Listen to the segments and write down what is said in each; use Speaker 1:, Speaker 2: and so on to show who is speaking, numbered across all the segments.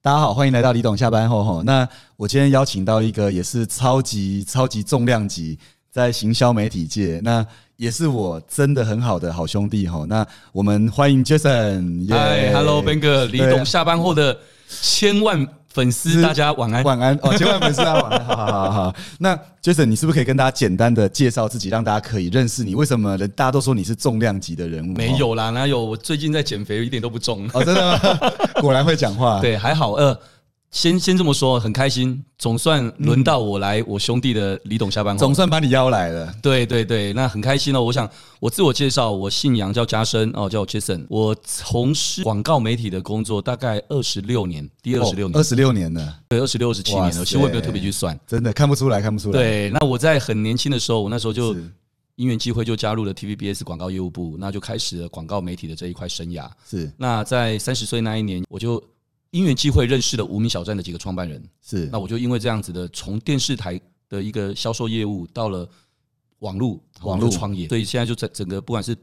Speaker 1: 大家好，欢迎来到李董下班后吼。那我今天邀请到一个也是超级超级重量级，在行销媒体界，那也是我真的很好的好兄弟吼。那我们欢迎 Jason，
Speaker 2: 嗨
Speaker 1: 耶
Speaker 2: ，Hello Ben 哥，李
Speaker 1: 对
Speaker 2: 董下班后的千万粉丝，大家晚安。
Speaker 1: 晚安哦，千万粉丝啊，晚安，好好好好。 那 Jason，你是不是可以跟大家简单的介绍自己，让大家可以认识你？为什么人大家都说你是重量级的人物？
Speaker 2: 没
Speaker 1: 哦
Speaker 2: 有啦，哪有？我最近在减肥，一点都不重。
Speaker 1: 哦，真的吗？ 果然会讲话。
Speaker 2: 对，还好。呃，先先这么说，很开心，总算轮到我来我兄弟的李董下班后
Speaker 1: 嗯总。算把你邀来了。
Speaker 2: 对对对，那很开心哦。我想我自我介绍，我姓杨，叫加深哦，叫我 Jason。我从事广告媒体的工作大概二十六年，第二十六年，
Speaker 1: 哦二十六年了，
Speaker 2: 对，二十六、二十七年
Speaker 1: 哇塞
Speaker 2: 了。其实我也没有特别去算。
Speaker 1: 真的看不出来，看不出来。
Speaker 2: 对，那我在很年轻的时候，我那时候
Speaker 1: 是，
Speaker 2: 就因缘机会就加入了 TVBS 广告业务部，那就开始了广告媒体的这一块生涯。
Speaker 1: 是
Speaker 2: 那在三十岁那一年，我就因缘机会认识了无名小站的几个创办人。
Speaker 1: 是
Speaker 2: 那我就因为这样子的，从电视台的一个销售业务到了网络
Speaker 1: 网络
Speaker 2: 我就创业，所以现在就整整个不管是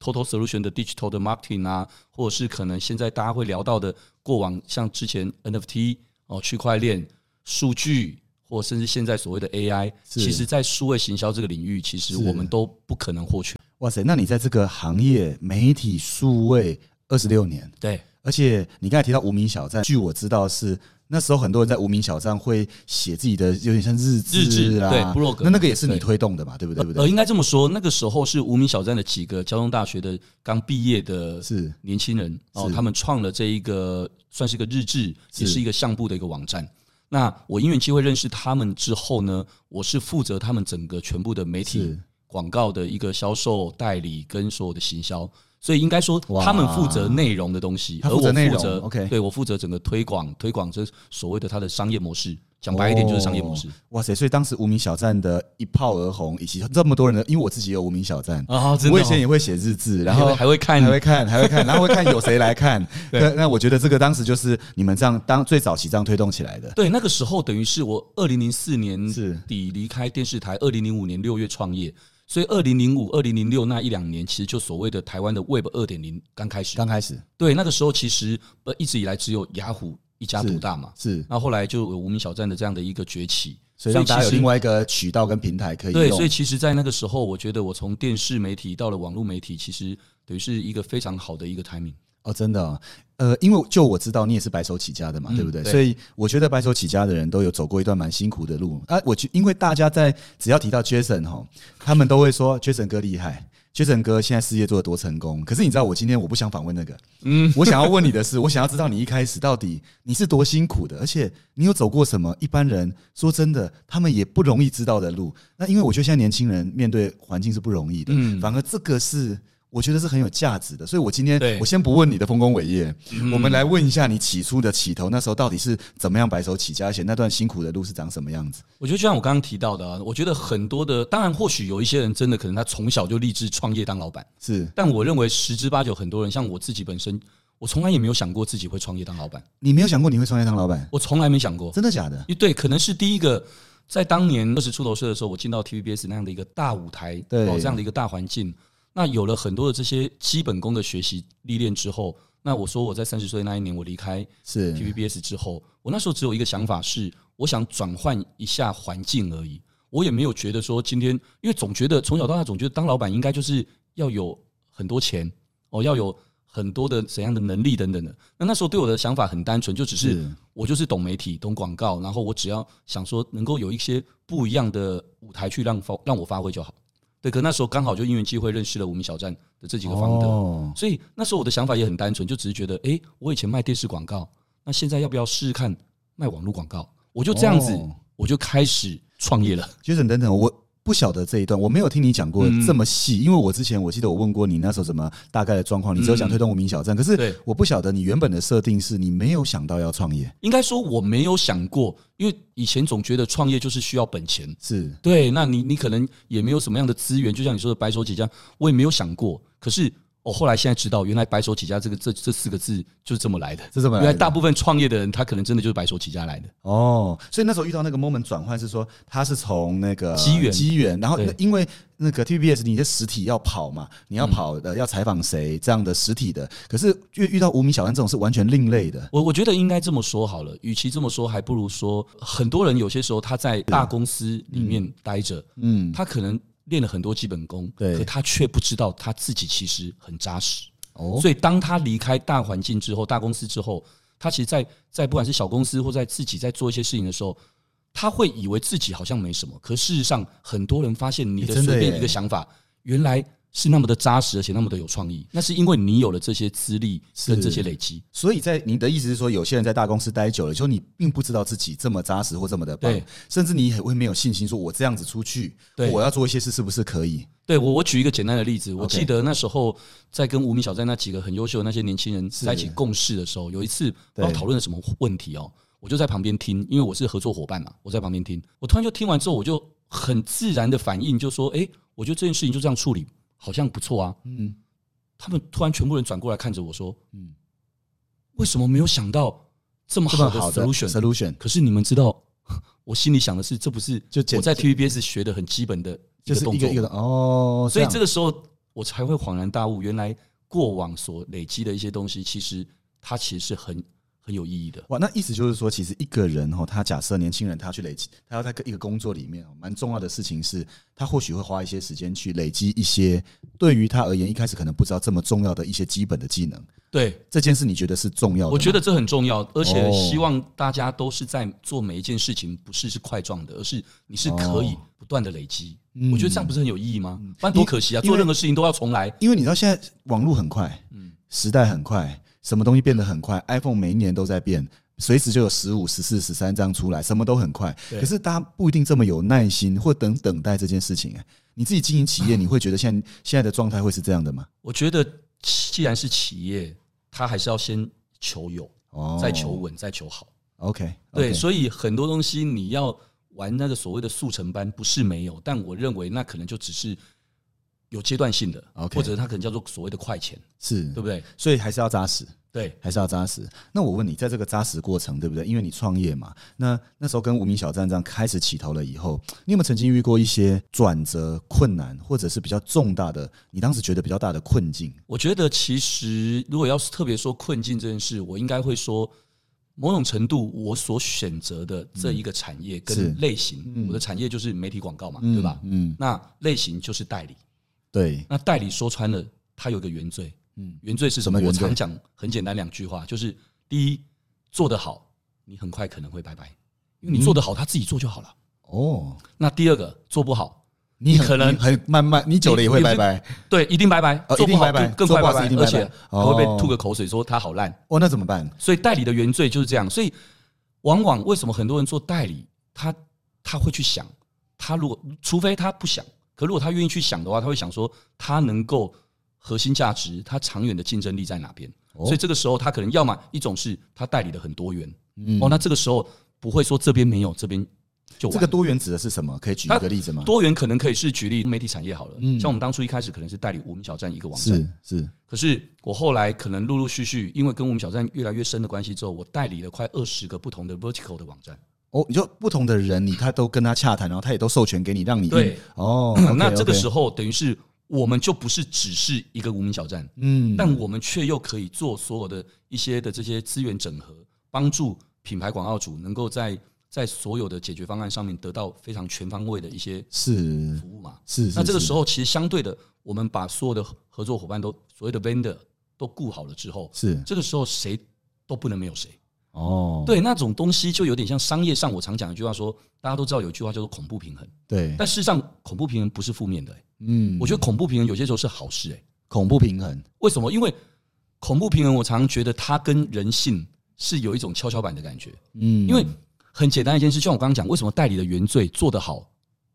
Speaker 2: Total Solution 的 Digital 的 Marketing 啊，或者是可能现在大家会聊到的过往像之前 NFT 哦区块链数据。或甚至现在所谓的 AI，
Speaker 1: 是
Speaker 2: 其实，在数位行销这个领域，其实
Speaker 1: 是
Speaker 2: 我们都不可能获取。
Speaker 1: 哇塞，那你在这个行业媒体数位二十六年，
Speaker 2: 对，
Speaker 1: 而且你刚才提到无名小站，据我知道是那时候很多人在无名小站会写自己的，有点像日
Speaker 2: 日
Speaker 1: 志
Speaker 2: 志
Speaker 1: 啦，
Speaker 2: 对，blog
Speaker 1: 那那个也是你
Speaker 2: 对
Speaker 1: 推动的嘛，对不对？对不
Speaker 2: 呃，
Speaker 1: 对？
Speaker 2: 应该这么说，那个时候是无名小站的几个交通大学的刚毕业的
Speaker 1: 是
Speaker 2: 年轻人哦
Speaker 1: 是，
Speaker 2: 他们创了这一个算是一个日志，
Speaker 1: 是
Speaker 2: 也是一个相簿的一个网站。那我因缘机会认识他们之后呢，我是负责他们整个全部的媒体
Speaker 1: 是
Speaker 2: 广告的一个销售代理跟所有的行销，所以应该说
Speaker 1: 哇
Speaker 2: 他们负责内容的东西，
Speaker 1: 他
Speaker 2: 而
Speaker 1: 负
Speaker 2: 我
Speaker 1: 责内
Speaker 2: 负
Speaker 1: 容
Speaker 2: 责
Speaker 1: ，OK
Speaker 2: 对我负责整个推广，推广这所谓的它的商业模式，讲白一点就是商业模式
Speaker 1: 哦。哇塞，所以当时无名小站的一炮而红，以及这么多人的，因为我自己有无名小站，
Speaker 2: 啊，
Speaker 1: 我以前也会写日志，然
Speaker 2: 然后
Speaker 1: 后
Speaker 2: 还会看
Speaker 1: 哦还会看，还会看， 然后会看有谁来看。 那那我觉得这个当时就是你们这样当最早期这样推动起来的，
Speaker 2: 对，那个时候等于是我二零零四年
Speaker 1: 是
Speaker 2: 底离开电视台，二零零五年六月创业，所以二零零五、二零零六那一两年，其实就所谓的台湾的 Web 二点零刚开始。
Speaker 1: 刚开始
Speaker 2: 对，那个时候其实呃一直以来只有雅虎一家独大嘛，
Speaker 1: 是，
Speaker 2: 那后来就有无名小站的这样的一个崛起，
Speaker 1: 所以让大家有
Speaker 2: 其实
Speaker 1: 另外一个渠道跟平台可以
Speaker 2: 对，所以
Speaker 1: 用。
Speaker 2: 其实，在那个时候，我觉得我从电视媒体到了网络媒体，其实等于是一个非常好的一个 timing。
Speaker 1: 哦，真的哦、呃，因为就我知道你也是白手起家的嘛，
Speaker 2: 嗯
Speaker 1: 对不对？
Speaker 2: 对
Speaker 1: 所以我觉得白手起家的人都有走过一段蛮辛苦的路啊。我觉因为大家在只要提到 Jason 哈，他们都会说 Jason 哥厉害。Jason 哥现在事业做得多成功，可是你知道我今天我不想访问那个，嗯，我想要问你的是，我想要知道你一开始到底你是多辛苦的，而且你有走过什么一般人说真的他们也不容易知道的路。那因为我觉得现在年轻人面对环境是不容易的，
Speaker 2: 嗯
Speaker 1: 反而这个是我觉得是很有价值的。所以我今天
Speaker 2: 对嗯
Speaker 1: 我先不问你的丰功伟业，我们来问一下你起初的起头，那时候到底是怎么样白手起家，而且那段辛苦的路是长什么样子？
Speaker 2: 我觉得就像我刚刚提到的、啊，我觉得很多的，当然或许有一些人真的可能他从小就立志创业当老板，
Speaker 1: 是
Speaker 2: 但我认为十之八九很多人，像我自己本身，我从来也没有想过自己会创业当老板，
Speaker 1: 你没有想过你会创业当老板，
Speaker 2: 我从来没想过。
Speaker 1: 真的假的？
Speaker 2: 因为对，可能是第一个，在当年二十出头岁的时候，我进到 TVBS 那样的一个大舞台，
Speaker 1: 对
Speaker 2: 哦，这样的一个大环境，那有了很多的这些基本功的学习历练之后，那我说我在三十岁那一年我离开
Speaker 1: 是
Speaker 2: TVBS 之后，我那时候只有一个想法是，我想转换一下环境而已。我也没有觉得说今天，因为总觉得从小到大总觉得当老板应该就是要有很多钱哦，要有很多的怎样的能力等等的。那那时候对我的想法很单纯，就只是
Speaker 1: 是
Speaker 2: 我就是懂媒体、懂广告，然后我只要想说能够有一些不一样的舞台去让发让我发挥就好。对，可那时候刚好就因缘机会认识了无名小站的这几个方德，
Speaker 1: 哦，
Speaker 2: 所以那时候我的想法也很单纯，就只是觉得，诶，我以前卖电视广告，那现在要不要试试看卖网络广告？我就这样子，
Speaker 1: 哦
Speaker 2: 我就开始创业了。
Speaker 1: Jason 等等，我不晓得这一段，我没有听你讲过
Speaker 2: 嗯
Speaker 1: 这么细，因为我之前我记得我问过你那时候怎么大概的状况，你只有讲推动无名小站，可
Speaker 2: 对
Speaker 1: 是我不晓得你原本的设定是你没有想到要创业，
Speaker 2: 应该说我没有想过，因为以前总觉得创业就是需要本钱，
Speaker 1: 是
Speaker 2: 对，那你你可能也没有什么样的资源，就像你说的白手起家，我也没有想过。可是哦，后来现在知道，原来“白手起家”这个这这四个字就是这么来的。
Speaker 1: 是这么
Speaker 2: 原
Speaker 1: 来
Speaker 2: 来
Speaker 1: 的
Speaker 2: 大部分创业的人，他可能真的就是白手起家来的。
Speaker 1: 哦，所以那时候遇到那个 moment 转换是说，他是从那个
Speaker 2: 机缘
Speaker 1: 机缘，然后
Speaker 2: 对
Speaker 1: 那因为那个 TVBS 你的实体要跑嘛，你要跑
Speaker 2: 嗯
Speaker 1: 呃要采访谁这样的实体的，可是遇遇到无名小站这种是完全另类的，
Speaker 2: 我我觉得应该这么说好了，与其这么说，还不如说，很多人有些时候他在大公司里面待着，
Speaker 1: 嗯，
Speaker 2: 他可能练了很多基本功，
Speaker 1: 对
Speaker 2: 可他却不知道他自己其实很扎实。
Speaker 1: 哦，
Speaker 2: 所以当他离开大环境之后，大公司之后，他其实在，在不管是小公司或在自己在做一些事情的时候，他会以为自己好像没什么，可事实上，很多人发现你
Speaker 1: 欸
Speaker 2: 的
Speaker 1: 真的
Speaker 2: 随便
Speaker 1: 耶
Speaker 2: 一个想法，原来是那么的扎实，而且那么的有创意，那是因为你有了这些资历跟
Speaker 1: 是
Speaker 2: 这些累积。
Speaker 1: 所以在你的意思是说，有些人在大公司待久了，就你并不知道自己这么扎实或这么的棒
Speaker 2: 对，
Speaker 1: 甚至你也会没有信心，说我这样子出去，
Speaker 2: 对
Speaker 1: 我要做一些事是不是可以？
Speaker 2: 对我，我举一个简单的例子，我
Speaker 1: OK
Speaker 2: 记得那时候在跟无名小站那几个很优秀的那些年轻人在一起共事的时候，有一次不知道
Speaker 1: 对
Speaker 2: 讨论了什么问题哦，我就在旁边听，因为我是合作伙伴嘛，我在旁边听，我突然就听完之后，我就很自然的反应就说，诶，我觉得这件事情就这样处理好像不错啊。
Speaker 1: 嗯，
Speaker 2: 他们突然全部人转过来看着我说，
Speaker 1: 嗯
Speaker 2: 嗯，为什么没有想到这么
Speaker 1: 这
Speaker 2: 好
Speaker 1: 么
Speaker 2: 的
Speaker 1: 好的
Speaker 2: solution？
Speaker 1: solution
Speaker 2: 可是你们知道， 我心里想的是，这不是
Speaker 1: 就简
Speaker 2: 我在 TVBS 学的很基本的一
Speaker 1: 就
Speaker 2: 个
Speaker 1: 是
Speaker 2: 动
Speaker 1: 一个
Speaker 2: 作
Speaker 1: 一个的哦，
Speaker 2: 所以
Speaker 1: 样
Speaker 2: 这个时候我才会恍然大悟，原来过往所累积的一些东西，其实它其实是很很有意义的。
Speaker 1: 哇，那意思就是说，其实一个人哈，他假设年轻人他去累积，他要在一个工作里面，哦蛮重要的事情是，他或许会花一些时间去累积一些对于他而言一开始可能不知道这么重要的一些基本的技能。
Speaker 2: 对，
Speaker 1: 这件事你觉得是重要的吗？
Speaker 2: 我觉得这很重要，而且
Speaker 1: 哦
Speaker 2: 希望大家都是在做每一件事情，不是是块状的，而是你是可以
Speaker 1: 哦
Speaker 2: 不断的累积。
Speaker 1: 嗯
Speaker 2: 我觉得这样不是很有意义吗？不然多可惜啊！
Speaker 1: 因为
Speaker 2: 做任何事情都要重来。
Speaker 1: 因为你知道现在网络很快，时代很快，什么东西变得很快，iPhone 每一年都在变，随时就有十五、十四、十三这样出来，什么都很快。
Speaker 2: 对
Speaker 1: 可是大家不一定这么有耐心，或等等待这件事情、哎你自己经营企业，你会觉得现在现在的状态会是这样的吗？
Speaker 2: 我觉得既然是企业，它还是要先求有，
Speaker 1: 哦，
Speaker 2: 再求稳，再求好。
Speaker 1: OK，
Speaker 2: 对，所以很多东西你要玩那个所谓的速成班，不是没有，但我认为那可能就只是有阶段性的
Speaker 1: OK 嗯
Speaker 2: 或者它可能叫做所谓的快钱，
Speaker 1: 是
Speaker 2: 对，不对？
Speaker 1: 所以还是要扎实，
Speaker 2: 对，
Speaker 1: 还是要扎实。那我问你，在这个扎实过程，对不对？因为你创业嘛，那那时候跟无名小站这样开始起头了以后，你有没有曾经遇过一些转折、困难，或者是比较重大的？你当时觉得比较大的困境？
Speaker 2: 我觉得其实如果要是特别说困境这件事，我应该会说。某种程度，我所选择的这一个产业
Speaker 1: 是
Speaker 2: 跟类型，我的产业就是媒体广告嘛，
Speaker 1: 嗯
Speaker 2: 对吧？
Speaker 1: 嗯，
Speaker 2: 那类型就是代理，
Speaker 1: 对，
Speaker 2: 那代理说穿了，它有一个原罪，
Speaker 1: 嗯
Speaker 2: 原罪是什么？
Speaker 1: 什么原
Speaker 2: 我
Speaker 1: 罪
Speaker 2: 常讲很简单两句话，就是第一，做得好，你很快可能会拜拜，
Speaker 1: 嗯
Speaker 2: 因为你做得好，他自己做就好了。
Speaker 1: 哦，
Speaker 2: 那第二个，做不好，
Speaker 1: 你
Speaker 2: 可能
Speaker 1: 你很慢慢，你久了也会
Speaker 2: 你
Speaker 1: 拜拜。
Speaker 2: 对，一定拜拜，
Speaker 1: 哦
Speaker 2: 做
Speaker 1: 一定
Speaker 2: 好
Speaker 1: 拜拜
Speaker 2: 更更
Speaker 1: 做
Speaker 2: 快
Speaker 1: 不好
Speaker 2: 拜
Speaker 1: 是一定
Speaker 2: 而
Speaker 1: 拜拜
Speaker 2: 且还会
Speaker 1: 哦
Speaker 2: 被吐个口水说他好烂。
Speaker 1: 哦，那怎么办？
Speaker 2: 所以代理的原罪就是这样。所以往往为什么很多人做代理，他他会去想，他如果除非他不想，可如果他愿意去想的话，他会想说他能够核心价值，他长远的竞争力在哪边。
Speaker 1: 哦
Speaker 2: 所以这个时候，他可能要么一种是他代理的很多元，
Speaker 1: 嗯
Speaker 2: 哦，那这个时候不会说这边没有，这边就
Speaker 1: 这
Speaker 2: 完
Speaker 1: 个。多元指的是什么？可以举一个例子吗？
Speaker 2: 多元可能可以是举例媒体产业好了，
Speaker 1: 嗯
Speaker 2: 像我们当初一开始可能是代理无名小站一个网站，
Speaker 1: 是是，
Speaker 2: 可是我后来可能陆陆续续，因为跟我们小站越来越深的关系之后，我代理了快二十个不同的 vertical 的网 站。
Speaker 1: 哦，你就不同的人，你他都跟他洽谈，然后他也都授权给你，让你
Speaker 2: 对嗯
Speaker 1: 哦。OK，
Speaker 2: 那这个
Speaker 1: OK
Speaker 2: 时候等于是我们就不是只是一个无名小站，
Speaker 1: 嗯，
Speaker 2: 但我们却又可以做所有的一些的这些资源整合，帮助品牌广告主能够在在所有的解决方案上面得到非常全方位的一些
Speaker 1: 是
Speaker 2: 服务嘛。
Speaker 1: 是，
Speaker 2: 那这个时
Speaker 1: 候
Speaker 2: 候其实相对的，我们把所有的合作伙伴都所谓的 vendor 都顾好了之后，
Speaker 1: 是
Speaker 2: 这个时候谁都不能没有谁。
Speaker 1: 哦，
Speaker 2: 对，那种东西就有点像商业上，我常讲一句话说，大家都知道有一句话叫做恐怖平衡，
Speaker 1: 对，
Speaker 2: 但事实上恐怖平衡不是负面的、欸
Speaker 1: 嗯，
Speaker 2: 我觉得恐怖平衡有些时候是好事、欸，
Speaker 1: 恐怖平衡
Speaker 2: 为什么？因为恐怖平衡，我常常觉得它跟人性是有一种跷跷板的感觉，
Speaker 1: 嗯，
Speaker 2: 因为很简单一件事，就像我刚刚讲，为什么代理的原罪做得好，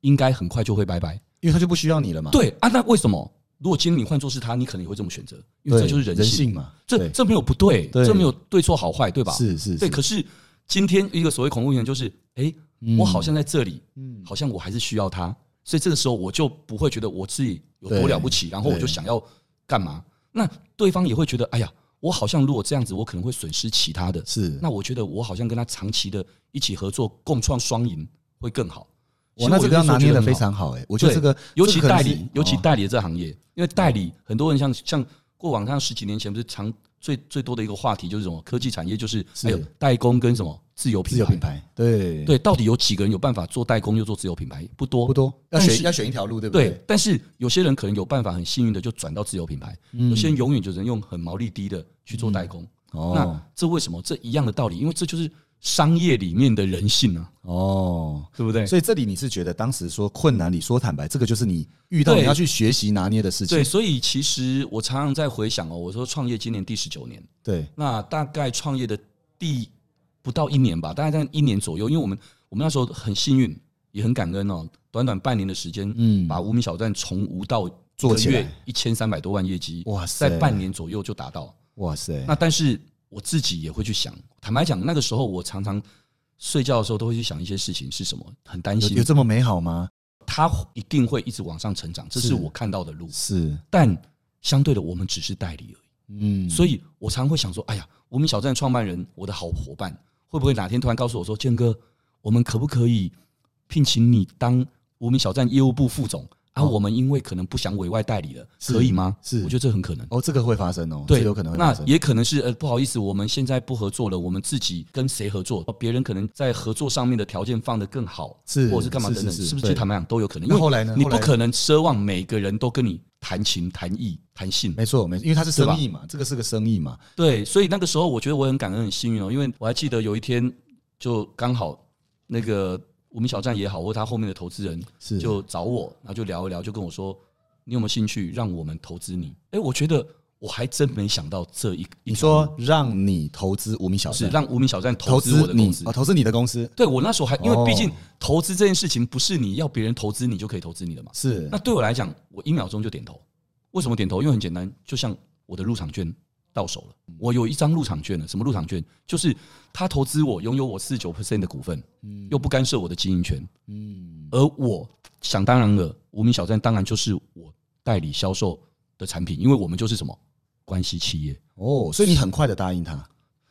Speaker 2: 应该很快就会拜拜？
Speaker 1: 因为他就不需要你了嘛，
Speaker 2: 对啊，那为什么？如果今天你换做是他，你可能也会这么选择，因为
Speaker 1: 对，
Speaker 2: 这就是
Speaker 1: 人
Speaker 2: 人性，
Speaker 1: 性嘛，
Speaker 2: 这
Speaker 1: 对
Speaker 2: 这没有不对，
Speaker 1: 对
Speaker 2: 这没有对错好坏，对吧？
Speaker 1: 是是
Speaker 2: 对，
Speaker 1: 是
Speaker 2: 可是今天一个所谓恐怖平衡，就是哎、诶
Speaker 1: 嗯
Speaker 2: 我好像在这里，
Speaker 1: 嗯
Speaker 2: 好像我还是需要他，所以这个时候我就不会觉得我自己有多了不起，然后我就想要干嘛。那对方也会觉得，哎呀，我好像如果这样子，我可能会损失其他的。
Speaker 1: 嗯是
Speaker 2: 那我觉得我好像跟他长期的一起合作，共创双赢会更好。
Speaker 1: 哇，那
Speaker 2: 其
Speaker 1: 这
Speaker 2: 实
Speaker 1: 个
Speaker 2: 我
Speaker 1: 要
Speaker 2: 有时候
Speaker 1: 拿
Speaker 2: 觉
Speaker 1: 捏的
Speaker 2: 很
Speaker 1: 非
Speaker 2: 好
Speaker 1: 常好哎、我觉得
Speaker 2: 对
Speaker 1: 这个
Speaker 2: 尤其
Speaker 1: 这个可
Speaker 2: 代
Speaker 1: 能
Speaker 2: 理
Speaker 1: 是，
Speaker 2: 尤其
Speaker 1: 哦
Speaker 2: 代理这行业，因为代理很多人像像过往像十几年前不是常最最多的一个话题就是什么科技产业就是
Speaker 1: 是
Speaker 2: 还有代工跟什么自有
Speaker 1: 自
Speaker 2: 品
Speaker 1: 有
Speaker 2: 牌
Speaker 1: 品，牌，对
Speaker 2: 对，到底有几个人有办法做代工又做自有品牌？不多，
Speaker 1: 不多，要
Speaker 2: 但
Speaker 1: 选
Speaker 2: 是
Speaker 1: 要选一条路，对不
Speaker 2: 对，但是有些人可能有办法，很幸运的就转到自有品牌，
Speaker 1: 嗯
Speaker 2: 有些人永远就能用很毛利低的去做代工。
Speaker 1: 哦
Speaker 2: 那这为什么？这一样的道理，因为这就是商业里面的人性啊，
Speaker 1: 哦，
Speaker 2: 对不对？
Speaker 1: 所以这里你是觉得当时说困难，你说坦白，这个就是你遇到
Speaker 2: 对
Speaker 1: 你要去学习拿捏的事
Speaker 2: 对，
Speaker 1: 情。
Speaker 2: 所以其实我常常在回想哦，我说创业今年第十九年，
Speaker 1: 对，
Speaker 2: 那大概创业的第不到一年吧，大概在一年左右，因为我们我们那时候很幸运，也很感恩哦，短短半年的时间，
Speaker 1: 嗯，
Speaker 2: 把无名小站从无到
Speaker 1: 做起来
Speaker 2: 一千三百多万业绩，
Speaker 1: 哇塞
Speaker 2: 在半年左右就达到。
Speaker 1: 哇塞，
Speaker 2: 那但是我自己也会去想，坦白讲，那个时候我常常睡觉的时候都会去想一些事情是什么，很担
Speaker 1: 有
Speaker 2: 心
Speaker 1: 有这么美好吗？
Speaker 2: 它一定会一直往上成长，这是
Speaker 1: 是
Speaker 2: 我看到的路。
Speaker 1: 是，
Speaker 2: 但相对的，我们只是代理而已。
Speaker 1: 嗯，
Speaker 2: 所以我常会想说，哎呀，无名小站创办人，我的好伙伴，会不会哪天突然告诉我说，建哥，我们可不可以聘请你当无名小站业务部副总？啊，
Speaker 1: 哦
Speaker 2: 我们因为可能不想委外代理了，
Speaker 1: 是
Speaker 2: 可以吗？
Speaker 1: 是
Speaker 2: 我觉得这很可能。
Speaker 1: 哦，这个会发生哦，
Speaker 2: 对，
Speaker 1: 这有可能会
Speaker 2: 那
Speaker 1: 发生。
Speaker 2: 也可能是呃，不好意思，我们现在不合作了，我们自己跟谁合作？别人可能在合作上面的条件放得更好，
Speaker 1: 是
Speaker 2: 或者是干嘛
Speaker 1: 是
Speaker 2: 等等，
Speaker 1: 是是对
Speaker 2: 不是？其实坦白讲都有可能。
Speaker 1: 那
Speaker 2: 因为
Speaker 1: 后来呢
Speaker 2: 你
Speaker 1: 后
Speaker 2: 不
Speaker 1: 来
Speaker 2: 可能奢望每个人都跟你谈情谈义谈性，
Speaker 1: 没错，没错，因为它是
Speaker 2: 对吧
Speaker 1: 生意嘛，这个是个生意嘛，
Speaker 2: 对，所以那个时候我觉得我很感恩、很幸运哦，因为我还记得有一天就刚好那个无名小站也好，或他后面的投资人
Speaker 1: 是
Speaker 2: 就找我，然后就聊一聊，就跟我说你有没有兴趣让我们投资你？哎，我觉得我还真没想到这一一
Speaker 1: 你
Speaker 2: 条路
Speaker 1: 说让你投资无名小
Speaker 2: 是
Speaker 1: 站，
Speaker 2: 让无名小站投
Speaker 1: 投
Speaker 2: 资我
Speaker 1: 资
Speaker 2: 的
Speaker 1: 你
Speaker 2: 公司
Speaker 1: 哦，。投资你的公司
Speaker 2: 对我那时候还因为毕竟
Speaker 1: 哦
Speaker 2: 投资这件事情不是你要别人投资你就可以投资你的嘛。
Speaker 1: 是
Speaker 2: 那对我来讲，我一秒钟就点头。为什么点头？因为很简单，就像我的入场券到手了，我有一张入场券了。什么入场券？就是他投资我，拥有我四九 percent 的股份，又不干涉我的经营权，
Speaker 1: 嗯，
Speaker 2: 而我想当然了，无名小站当然就是我代理销售的产品，因为我们就是什么关系企业。
Speaker 1: 哦，所以你很快的答应他，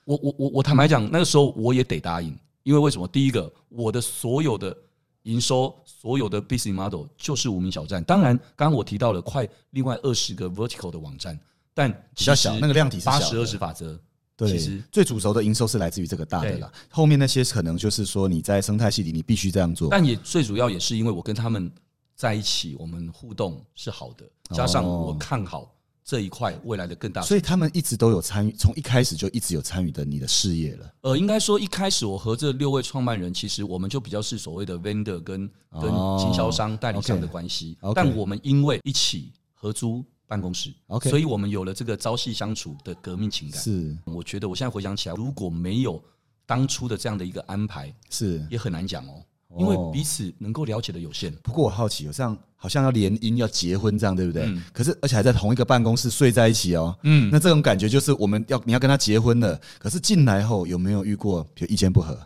Speaker 2: 我我我我坦白讲，那个时候我也得答应，因为为什么？第一个，我的所有的营收，所有的 business model 就是无名小站。当然，刚刚我提到了快另外二十个 vertical 的网站，但
Speaker 1: 比较小那个量体是小
Speaker 2: 八
Speaker 1: 的
Speaker 2: 十二十法则，
Speaker 1: 对
Speaker 2: 其实，
Speaker 1: 最主轴的营收是来自于这个大的
Speaker 2: 对
Speaker 1: 啦，后面那些可能就是说你在生态系里你必须这样做，
Speaker 2: 但也最主要也是因为我跟他们在一起，我们互动是好的，加上
Speaker 1: 哦
Speaker 2: 我看好这一块未来的更大。
Speaker 1: 所以他们一直都有参与，从一开始就一直有参与的你的事业了。
Speaker 2: 呃，应该说一开始我和这六位创办人，其实我们就比较是所谓的 vendor 跟跟
Speaker 1: 哦
Speaker 2: 经销商代理商
Speaker 1: OK
Speaker 2: 的关系
Speaker 1: OK
Speaker 2: 但我们因为一起合租办公室
Speaker 1: OK
Speaker 2: 所以我们有了这个朝夕相处的革命情感。
Speaker 1: 是
Speaker 2: 我觉得我现在回想起来，如果没有当初的这样的一个安排，
Speaker 1: 是，
Speaker 2: 也很难讲哦，
Speaker 1: 哦
Speaker 2: 因为彼此能够了解的有限。
Speaker 1: 不过我好奇哦，这样好像要联姻要结婚这样，对不对？
Speaker 2: 嗯
Speaker 1: 可是而且还在同一个办公室睡在一起哦。
Speaker 2: 嗯，
Speaker 1: 那这种感觉就是我们要你要跟他结婚了，可是进来后有没有遇过，比如意见不合，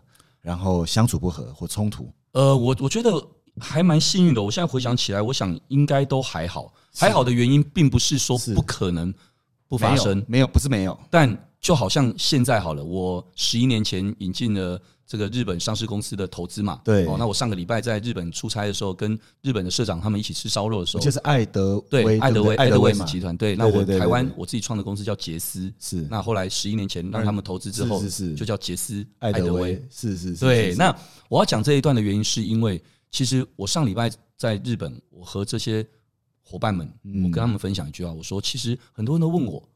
Speaker 1: 然后相处不合或冲突？
Speaker 2: 呃，我我觉得还蛮幸运的。我现在回想起来，我想应该都还好。还好的原因，并不是说
Speaker 1: 是
Speaker 2: 不可能不
Speaker 1: 不
Speaker 2: 发生，
Speaker 1: 没有，不是没有，
Speaker 2: 但就好像现在好了，我十一年前引进了这个日本上市公司的投资嘛，
Speaker 1: 对
Speaker 2: 哦，那我上个礼拜在日本出差的时候，跟日本的社长他们一起吃烧肉的时候，
Speaker 1: 就是爱德
Speaker 2: 对
Speaker 1: 威，
Speaker 2: 爱德
Speaker 1: 对不
Speaker 2: 威
Speaker 1: 对爱德威
Speaker 2: 斯
Speaker 1: 嘛，
Speaker 2: 集团，对，
Speaker 1: 对
Speaker 2: 那我
Speaker 1: 对对
Speaker 2: 台湾
Speaker 1: 对对
Speaker 2: 我自己创的公司叫杰斯，
Speaker 1: 是
Speaker 2: 那后来十一年前让他们投资之后，
Speaker 1: 是是是
Speaker 2: 就叫杰斯
Speaker 1: 爱
Speaker 2: 德
Speaker 1: 德威，是是是，是
Speaker 2: 对，
Speaker 1: 是
Speaker 2: 那我要讲这一段的原因，是因为其实我上礼拜在日本，我和这些伙伴们，
Speaker 1: 嗯
Speaker 2: 我跟他们分享一句话，我说，其实很多人都问我，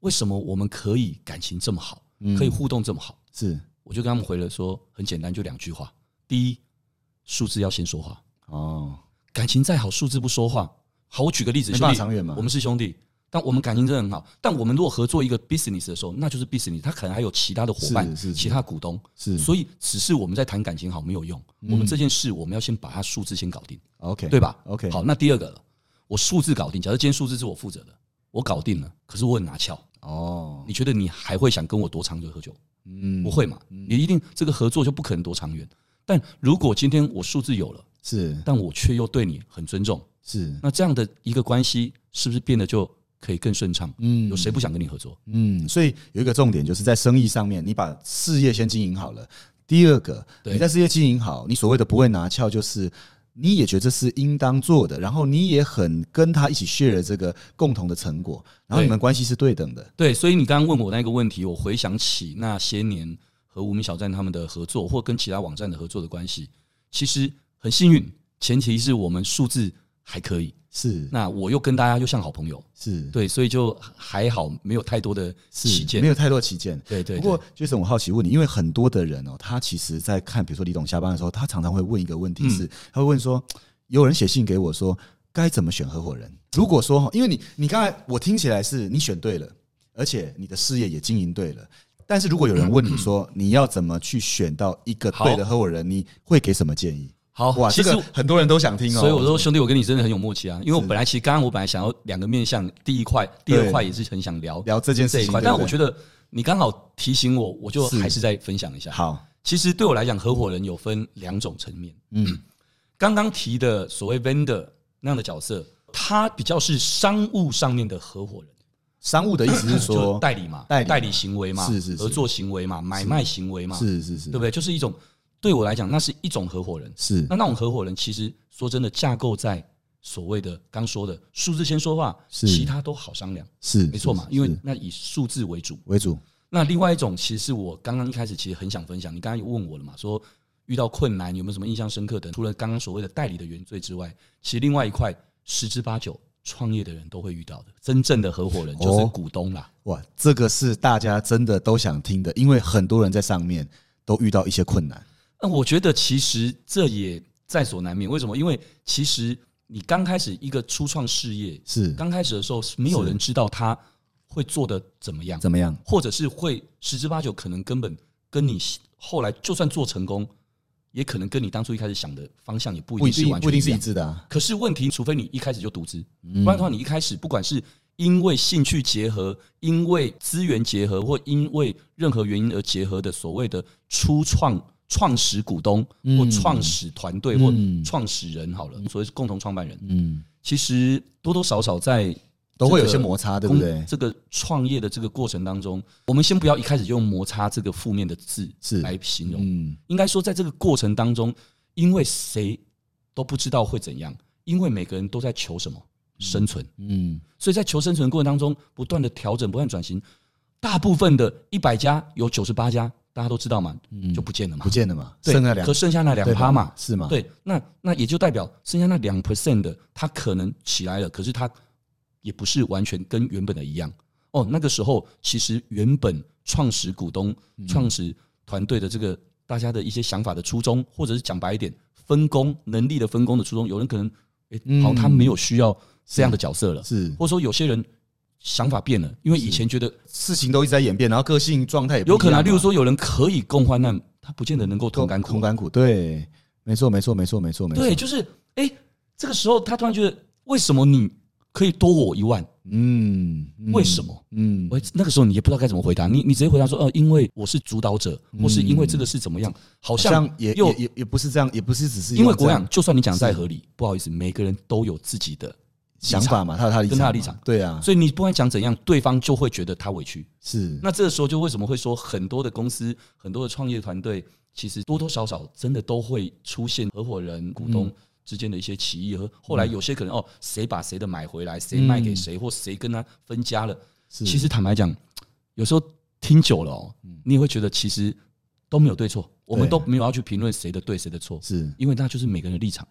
Speaker 2: 为什么我们可以感情这么好，
Speaker 1: 嗯
Speaker 2: 可以互动这么好？
Speaker 1: 是
Speaker 2: 我就跟他们回了说，很简单，就两句话：第一，数字要先说话，
Speaker 1: 哦，
Speaker 2: 感情再好，数字不说话。好，我举个例子，
Speaker 1: 没
Speaker 2: 兄
Speaker 1: 办法
Speaker 2: 弟，
Speaker 1: 长远嘛
Speaker 2: 我们是兄弟。但我们感情真的很好，但我们如果合作一个 business 的时候，那就是 business，他可能还有其他的伙伴、
Speaker 1: 是是是
Speaker 2: 其他股东，
Speaker 1: 是嗯
Speaker 2: 所以只是我们在谈感情好没有用，我们这件事我们要先把它数字先搞定，
Speaker 1: OK
Speaker 2: 对吧
Speaker 1: OK
Speaker 2: 好，那第二个了，我数字搞定，假设今天数字是我负责的，我搞定了，可是我很拿翘，
Speaker 1: 哦，
Speaker 2: 你觉得你还会想跟我多长久喝酒？
Speaker 1: 嗯
Speaker 2: 不会嘛？你一定这个合作就不可能多长远。但如果今天我数字有了，
Speaker 1: 是
Speaker 2: 但我却又对你很尊重，
Speaker 1: 是
Speaker 2: 那这样的一个关系是不是变得就可以更顺畅。
Speaker 1: 嗯
Speaker 2: 有谁不想跟你合作？
Speaker 1: 嗯，所以有一个重点就是在生意上面，你把事业先经营好了。第二个，
Speaker 2: 对
Speaker 1: 你在事业经营好，你所谓的不会拿翘，就是你也觉得这是应当做的，然后你也很跟他一起 share 这个共同的成果，然后你们关系是对等的。
Speaker 2: 对，所以你刚刚问我那个问题，我回想起那些年和无名小站他们的合作，或跟其他网站的合作的关系，其实很幸运，前提是我们数字还可以。
Speaker 1: 是
Speaker 2: 那我又跟大家又像好朋友，
Speaker 1: 是，
Speaker 2: 对，所以就还好，没有太多的
Speaker 1: 是
Speaker 2: 起见
Speaker 1: 没。有太多起见。
Speaker 2: 对对，
Speaker 1: 不过
Speaker 2: 对
Speaker 1: ，Jason，我好奇问你，因为很多的人哦，他其实在看，比如说李董下班的时候，他常常会问一个问题
Speaker 2: 嗯
Speaker 1: 是，他会问说，有人写信给我说，该怎么选合伙人？如果说，因为你你刚才我听起来是你选对了，而且你的事业也经营对了，但是如果有人问你说，你要怎么去选到一个对的合伙人，你会给什么建议？
Speaker 2: 好，
Speaker 1: 哇，
Speaker 2: 其
Speaker 1: 这
Speaker 2: 实
Speaker 1: 个很多人都想听哦。
Speaker 2: 所以我说，兄弟，我跟你真的很有默契啊，因为我本来其实刚刚我本来想要两个面向，第一块、第二
Speaker 1: 对
Speaker 2: 块也是很想聊
Speaker 1: 聊这件
Speaker 2: 这
Speaker 1: 事
Speaker 2: 一
Speaker 1: 情，
Speaker 2: 块，但我觉
Speaker 1: 得
Speaker 2: 得你刚好提醒我，我就是还是再分享一下。
Speaker 1: 好，
Speaker 2: 其实对我来讲，合伙人有分两种层面。
Speaker 1: 嗯
Speaker 2: 刚刚提的所谓 vendor 那样的角色，他比较是商务上面的合伙人，
Speaker 1: 商务的意思是
Speaker 2: 就
Speaker 1: 说，
Speaker 2: 代理嘛，
Speaker 1: 代理嘛
Speaker 2: 行为嘛，
Speaker 1: 是是是
Speaker 2: 合作行为嘛，买卖行为嘛，
Speaker 1: 是是是，
Speaker 2: 对不对？就是一种对我来讲，那是一种合伙人。
Speaker 1: 是
Speaker 2: 那那种合伙人，其实说真的，架构在所谓的刚说的数字先说话，
Speaker 1: 是
Speaker 2: 其他都好商量，
Speaker 1: 是
Speaker 2: 没错嘛
Speaker 1: 是，
Speaker 2: 因为
Speaker 1: 是
Speaker 2: 那以数字为主。
Speaker 1: 为主
Speaker 2: 那另外一种，其实是我刚刚一开始其实很想分享，你刚刚有问我了嘛，说遇到困难有没有什么印象深刻的？除了刚刚所谓的代理的原罪之外，其实另外一块十之八九创业的人都会遇到的，真正的合伙人就是
Speaker 1: 哦
Speaker 2: 股东啦。
Speaker 1: 哇，这个是大家真的都想听的，因为很多人在上面都遇到一些困难。
Speaker 2: 那我觉得其实这也在所难免，为什么？因为其实你刚开始一个初创事业，
Speaker 1: 是
Speaker 2: 刚开始的时候是没有
Speaker 1: 是
Speaker 2: 人知道他会做的怎么样，
Speaker 1: 怎么样？
Speaker 2: 或者是会十之八九可能根本跟你后来就算做成功，也可能跟你当初一开始想的方向也不
Speaker 1: 不
Speaker 2: 一
Speaker 1: 一
Speaker 2: 定是
Speaker 1: 定
Speaker 2: 完
Speaker 1: 不一
Speaker 2: 全
Speaker 1: 定是一嗯
Speaker 2: 样。
Speaker 1: 致的、啊。
Speaker 2: 可是问题，除非你一开始就独资，不然的话，你一开始不管是因为兴趣结合、因为资源结合，或因为任何原因而结合的所谓的初创创始股东或创始团队或
Speaker 1: 嗯
Speaker 2: 创始人，好了，所谓是共同创办人，
Speaker 1: 嗯，
Speaker 2: 其实多多少少在
Speaker 1: 都会有一些
Speaker 2: 这个
Speaker 1: 摩啊擦，对不
Speaker 2: 公
Speaker 1: 对？
Speaker 2: 这个创业的这个过程当中，我们先不要一开始就用摩擦这个负面的字
Speaker 1: 是
Speaker 2: 来形容，
Speaker 1: 嗯，
Speaker 2: 应该说在这个过程当中，因为谁都不知道会怎样，因为每个人都在求什么生存，
Speaker 1: 嗯，
Speaker 2: 所以在求生存的过程当中，不断的调整，不断地转型，大部分的一百家有九十八家，大家都知道嘛，就不见了
Speaker 1: 嗯
Speaker 2: 嘛
Speaker 1: 不，见了嘛，
Speaker 2: 对
Speaker 1: 剩了两
Speaker 2: 可剩下那两
Speaker 1: 对吧
Speaker 2: 趴嘛，
Speaker 1: 是吗？，
Speaker 2: 对，那那也就代表剩下那两 percent 的，他可能起来了，可是他也不是完全跟原本的一样。哦，那个时候其实原本创始股东、
Speaker 1: 嗯
Speaker 2: 创始团队的这个大家的一些想法的初衷，或者是讲白一点，分工能力的分工的初衷，有人可能，诶，好，他没有需要这样的角色了，
Speaker 1: 嗯是
Speaker 2: 或者说有些人想法变了，因为以前觉得
Speaker 1: 事情都一直在演变，然后个性状态也不一
Speaker 2: 有可能、啊，
Speaker 1: 样嘛
Speaker 2: 例如说有人可以共患难，他不见得能够同
Speaker 1: 同
Speaker 2: 甘苦
Speaker 1: 同甘苦，对，没错，没错，没错，没错，没错，
Speaker 2: 对，就是哎、诶这个时候他突然觉得，为什么你可以多我一万？
Speaker 1: 嗯，嗯
Speaker 2: 为什么？
Speaker 1: 嗯，
Speaker 2: 我那个时候你也不知道该怎么回答，你你直接回答说，呃，因为我是主导者，或是因为这个是怎么样，好
Speaker 1: 嗯好
Speaker 2: 像
Speaker 1: 像也
Speaker 2: 又
Speaker 1: 也也也不是这样，也不是只是
Speaker 2: 因为
Speaker 1: 这
Speaker 2: 国
Speaker 1: 样
Speaker 2: 养，就算你讲得再合理，不好意思，每个人都有自己的立
Speaker 1: 想
Speaker 2: 场，
Speaker 1: 法嘛，他有他的立
Speaker 2: 跟
Speaker 1: 场嘛，
Speaker 2: 他的立场
Speaker 1: 对啊，
Speaker 2: 所以你不管讲怎样，对方就会觉得他委屈。
Speaker 1: 是
Speaker 2: 那这个时候就为什么会说很多的公司、很多的创业团队，其实多多少少真的都会出现合伙人、股
Speaker 1: 嗯
Speaker 2: 东之间的一些歧义，和后来有些可能哦，谁把谁的买回来，谁卖给谁，或谁跟他分家了。
Speaker 1: 嗯是，嗯
Speaker 2: 其实坦白讲，有时候听久了哦，你也会觉得其实都没有对错，我们
Speaker 1: 对
Speaker 2: 都没有要去评论谁的对谁的错，
Speaker 1: 是
Speaker 2: 因为那就是每个人的立场。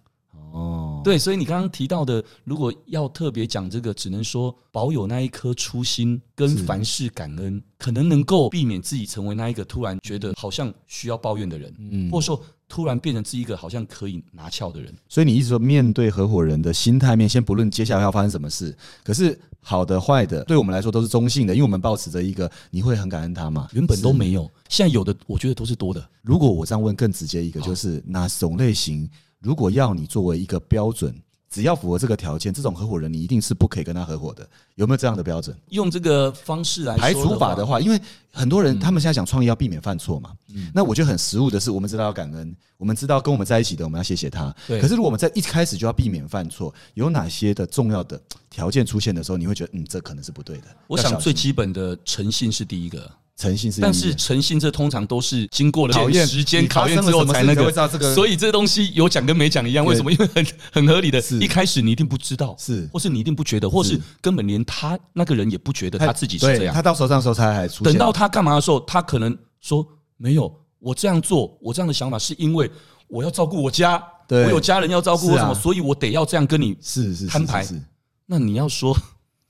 Speaker 1: 哦，
Speaker 2: 对，所以你刚刚提到的，如果要特别讲这个，只能说保有那一颗初心，跟
Speaker 1: 是
Speaker 2: 凡事感恩，可能能够避免自己成为那一个突然觉得好像需要抱怨的人，
Speaker 1: 嗯
Speaker 2: 或者说突然变成自己一个好像可以拿翘的人。
Speaker 1: 所以你一直说，面对合伙人的心态面，先不论接下来要发生什么事，可是好的坏的，对我们来说都是中性的，因为我们保持着一个你会很感恩他嘛。
Speaker 2: 原本都
Speaker 1: 是。
Speaker 2: 没有，现在有的我觉得都是多的。
Speaker 1: 如果我这样问更直接一个，就是哪种类型，如果要你作为一个标准，只要符合这个条件，这种合伙人你一定是不可以跟他合伙的，有没有这样的标准？
Speaker 2: 用这个方式来
Speaker 1: 排
Speaker 2: 说
Speaker 1: 除法
Speaker 2: 的
Speaker 1: 的
Speaker 2: 话，嗯
Speaker 1: 话，因为很多人他们现在讲创业要避免犯错嘛，那我觉得很实务的是，我们知道要感恩，我们知道跟我们在一起的，我们要谢谢他。
Speaker 2: 对
Speaker 1: 可是如果我们在一开始就要避免犯错，有哪些的重要的条件出现的时候，你会觉得嗯，这可能是不对的。
Speaker 2: 我
Speaker 1: 要
Speaker 2: 想
Speaker 1: 小
Speaker 2: 最
Speaker 1: 心
Speaker 2: 基本的诚信是第一个，
Speaker 1: 诚信是一面，
Speaker 2: 但是诚信这通常都是经过了
Speaker 1: 考验
Speaker 2: 时间
Speaker 1: 你发
Speaker 2: 考验
Speaker 1: 生了
Speaker 2: 之后
Speaker 1: 什么
Speaker 2: 才
Speaker 1: 事
Speaker 2: 那
Speaker 1: 你才
Speaker 2: 个
Speaker 1: 会知道这个
Speaker 2: 所以这东西有讲跟没讲一样，为什么？因为很很合理的
Speaker 1: 是，
Speaker 2: 一开始你一定不知道，
Speaker 1: 是
Speaker 2: 或是你一定不觉得，或是根本连他那个人也不觉得他自己是
Speaker 1: 对
Speaker 2: 这样
Speaker 1: 他。到手上的时候才还出现
Speaker 2: 等到他干嘛的时候，他可能说没有，我这样做，我这样的想法是因为我要照顾我家，我
Speaker 1: 对
Speaker 2: 有家人要照顾，
Speaker 1: 是啊
Speaker 2: 为什么？所以我得要这样跟你。
Speaker 1: 是是是
Speaker 2: 摊牌
Speaker 1: 是
Speaker 2: 那你要说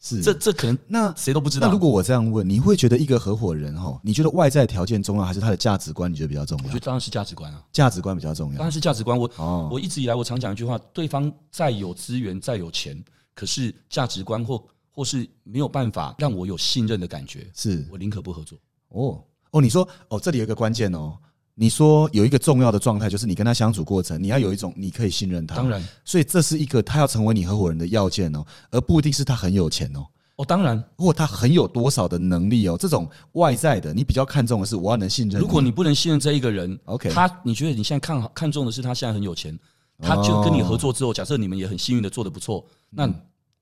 Speaker 1: 是
Speaker 2: 这这可能
Speaker 1: 那
Speaker 2: 谁都不知道。
Speaker 1: 那如果我这样问，你会觉得一个合伙人哈，你觉得外在条件重要，还是他的价值观你觉得比较重
Speaker 2: 我觉
Speaker 1: 要
Speaker 2: 得？当然是价值观啊，
Speaker 1: 价值观比较重
Speaker 2: 当
Speaker 1: 要
Speaker 2: 然是价值观。我
Speaker 1: 哦，
Speaker 2: 我一直以来我常讲一句话：对方再有资源，再有钱，可是价值观或或是没有办法让我有信任的感觉，
Speaker 1: 是
Speaker 2: 我宁可不合作。
Speaker 1: 哦哦，你说哦，这里有一个关键哦，你说有一个重要的状态就是你跟他相处过程，你要有一种你可以信任他，
Speaker 2: 当，然，
Speaker 1: 所以这是一个他要成为你合伙人的要件哦，而不一定是他很有钱哦。
Speaker 2: 哦，当然，
Speaker 1: 或他很有多少的能力哦，这种外在的你比较看重的是我要能信任。
Speaker 2: 如果你不能信任这一个人
Speaker 1: OK 哦
Speaker 2: 他你觉得你现在看好看中的是他现在很有钱，他就跟你合作之后，假设你们也很幸运的做的不错，
Speaker 1: 嗯
Speaker 2: 那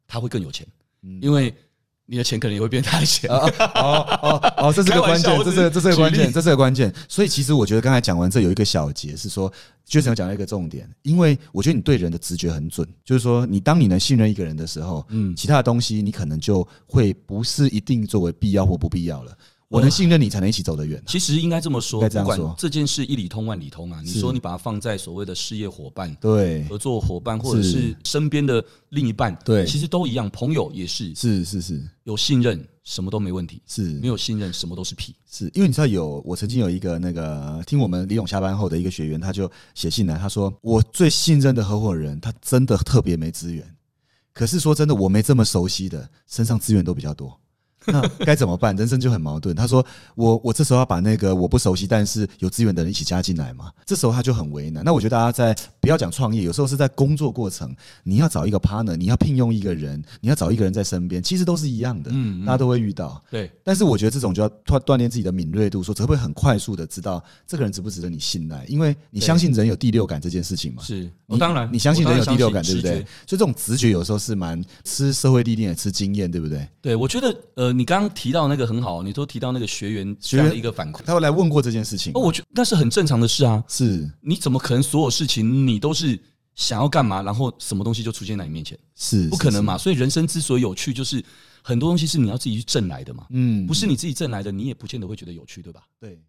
Speaker 2: 他会更有钱，因为你的钱可能也会变他的钱。
Speaker 1: 哦哦哦，这是个关
Speaker 2: 开玩
Speaker 1: 键，
Speaker 2: 笑
Speaker 1: 这是个这是个关
Speaker 2: 我只
Speaker 1: 键，
Speaker 2: 是
Speaker 1: 这是个关键。所以其实我觉得刚才讲完这有一个小节是说，薛成有讲到一个重点，因为我觉得你对人的直觉很准，就是说你当你能信任一个人的时候，
Speaker 2: 嗯
Speaker 1: 嗯，其他的东西你可能就会不是一定作为必要或不必要了。我能信任你，才能一起走得远。
Speaker 2: 其实应该这么说，
Speaker 1: 应该这
Speaker 2: 不
Speaker 1: 样说
Speaker 2: 管这件事一里通万里通啊，你说你把它放在所谓的事业伙伴、
Speaker 1: 对，
Speaker 2: 合作伙伴，或者
Speaker 1: 是
Speaker 2: 是身边的另一半，
Speaker 1: 对
Speaker 2: 其实都一样，朋友也是
Speaker 1: 是是是
Speaker 2: 有信任，什么都没问题。
Speaker 1: 是
Speaker 2: 没有信任，什么都是屁。
Speaker 1: 是，因为你知道有我曾经有一个那个听我们李勇下班后的一个学员，他就写信来，他说我最信任的合伙人，他真的特别没资源，可是说真的，我没这么熟悉的，身上资源都比较多。那该怎么办？人生就很矛盾。他说：“我我这时候要把那个我不熟悉但是有资源的人一起加进来嘛？”这时候他就很为难。那我觉得大家在不要讲创业，有时候是在工作过程，你要找一个 partner，你要聘用一个人，你要找一个人在身边，其实都是一样的，
Speaker 2: 嗯嗯
Speaker 1: 大家都会遇到。
Speaker 2: 对，
Speaker 1: 但是我觉得这种就要锻锻炼自己的敏锐度，说可不可以很快速的知道这个人值不值得你信赖，因为你相信人有第六感这件事情嘛。
Speaker 2: 是。
Speaker 1: 你
Speaker 2: 我当然，
Speaker 1: 你相信
Speaker 2: 我当
Speaker 1: 人有
Speaker 2: 然
Speaker 1: 第六感，
Speaker 2: 相
Speaker 1: 对
Speaker 2: 信
Speaker 1: 不对
Speaker 2: 直？
Speaker 1: 所
Speaker 2: 觉
Speaker 1: 以这种直觉有时候是蛮吃社会历练、也吃经验，对不对？
Speaker 2: 对，我觉得呃，你刚刚提到那个很好，你都提到那个学员这样的一个反馈，
Speaker 1: 他会来问过这件事情
Speaker 2: 哦，，我觉得那是很正常的事啊。
Speaker 1: 是
Speaker 2: 你怎么可能所有事情你都是想要干嘛，然后什么东西就出现在你面前？
Speaker 1: 是
Speaker 2: 不可
Speaker 1: 是
Speaker 2: 能？嘛。所以人生之所以有趣，就是很多东西是你要自己去挣来的嘛，
Speaker 1: 是嗯
Speaker 2: 不是你自己挣来的，你也不见得会觉得有趣，对吧？
Speaker 1: 对。